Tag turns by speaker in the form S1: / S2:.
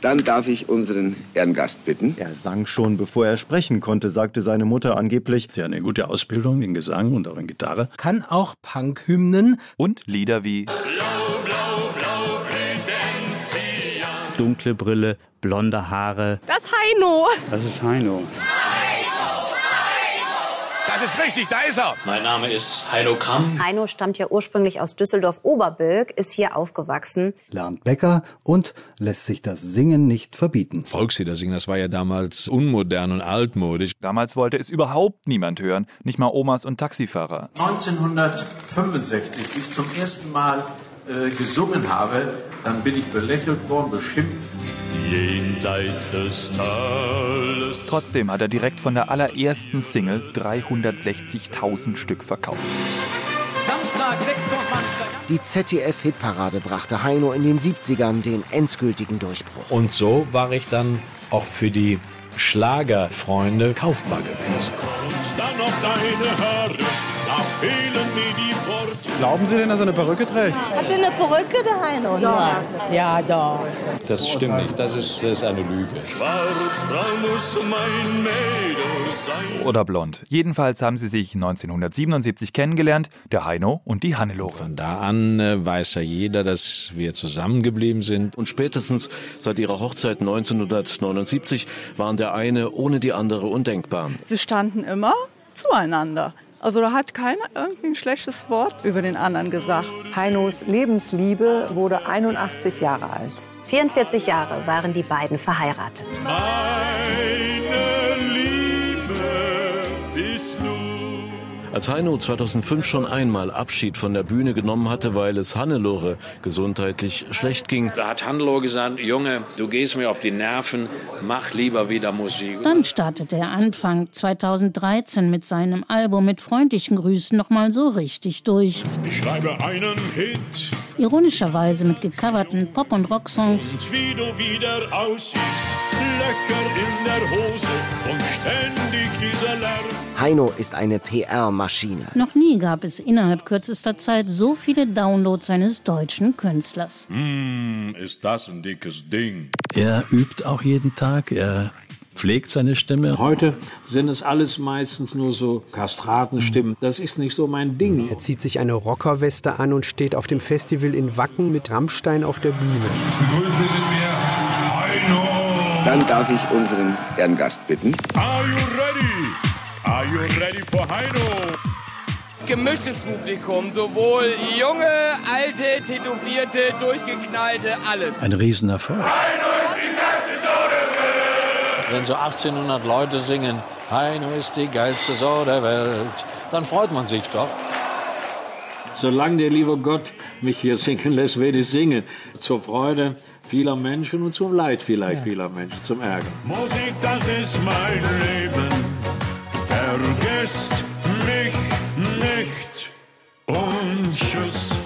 S1: Dann darf ich unseren Ehrengast bitten.
S2: Er sang schon, bevor er sprechen konnte, sagte seine Mutter angeblich.
S3: Der hat eine gute Ausbildung in Gesang und auch in Gitarre.
S4: Kann auch Punkhymnen.
S5: Und Lieder wie
S6: Dunkle Brille, blonde Haare.
S7: Das Heino.
S8: Das ist Heino.
S9: Das ist richtig, da ist er.
S10: Mein Name ist Heino Kramm.
S11: Heino stammt ja ursprünglich aus Düsseldorf-Oberbilk, ist hier aufgewachsen.
S12: Lernt Bäcker und lässt sich das Singen nicht verbieten.
S13: Volkslieder singen, das war ja damals unmodern und altmodisch.
S5: Damals wollte es überhaupt niemand hören, nicht mal Omas und Taxifahrer.
S14: 1965, ich zum ersten Mal äh, gesungen habe, dann bin ich belächelt worden, beschimpft.
S15: Jenseits des Tales.
S5: Trotzdem hat er direkt von der allerersten Single 360.000 Stück verkauft.
S16: Samstag, 26. Die ZDF-Hitparade brachte Heino in den 70ern den endgültigen Durchbruch.
S13: Und so war ich dann auch für die Schlagerfreunde kaufbar gewesen.
S15: Und dann noch deine Haare, da fehlen mir die
S17: Glauben Sie denn, dass er eine Perücke trägt?
S18: Hat er eine Perücke, der Heino?
S19: Ja, ja doch.
S13: Das stimmt nicht, das ist, das ist eine Lüge.
S15: Schwarzbraun muss mein Mädel sein.
S5: Oder blond. Jedenfalls haben sie sich 1977 kennengelernt, der Heino und die Hannelore.
S13: Von da an äh, weiß ja jeder, dass wir zusammengeblieben sind.
S20: Und spätestens seit ihrer Hochzeit 1979 waren der eine ohne die andere undenkbar.
S5: Sie standen immer zueinander. Also da hat keiner irgendwie ein schlechtes Wort über den anderen gesagt.
S4: Heinos Lebensliebe wurde 81 Jahre alt.
S11: 44 Jahre waren die beiden verheiratet.
S15: Meine Liebe bist du.
S20: Als Heino 2005 schon einmal Abschied von der Bühne genommen hatte, weil es Hannelore gesundheitlich schlecht ging.
S1: Da hat Hannelore gesagt, Junge, du gehst mir auf die Nerven, mach lieber wieder Musik.
S3: Dann startete er Anfang 2013 mit seinem Album mit freundlichen Grüßen nochmal so richtig durch.
S15: Ich schreibe einen Hit.
S3: Ironischerweise mit gecoverten Pop- und Rocksongs.
S15: Und wie du wieder aussiehst, Löcher in der Hose und ständig dieser Lärm.
S16: Heino ist eine PR-Maschine.
S3: Noch nie gab es innerhalb kürzester Zeit so viele Downloads seines deutschen Künstlers.
S15: Mm, ist das ein dickes Ding.
S2: Er übt auch jeden Tag. Er pflegt seine Stimme.
S14: Heute sind es alles meistens nur so Kastratenstimmen. Das ist nicht so mein Ding.
S4: Er zieht sich eine Rockerweste an und steht auf dem Festival in Wacken mit Rammstein auf der Bühne.
S15: Begrüße mit mir Heino.
S1: Dann darf ich unseren Ehrengast bitten.
S15: Are you ready? Are you ready for Heino?
S21: Gemischtes Publikum, sowohl junge, alte, tätowierte, durchgeknallte, alles.
S2: Ein Riesenerfolg.
S15: Heino ist die ganze Tode
S20: wenn so 1800 Leute singen, Heino ist die geilste Sau der Welt, dann freut man sich doch.
S14: Solange der liebe Gott mich hier singen lässt, werde ich singen. Zur Freude vieler Menschen und zum Leid vielleicht ja. vieler Menschen, zum Ärger.
S15: Musik, das ist mein Leben. Vergesst mich nicht und tschüss.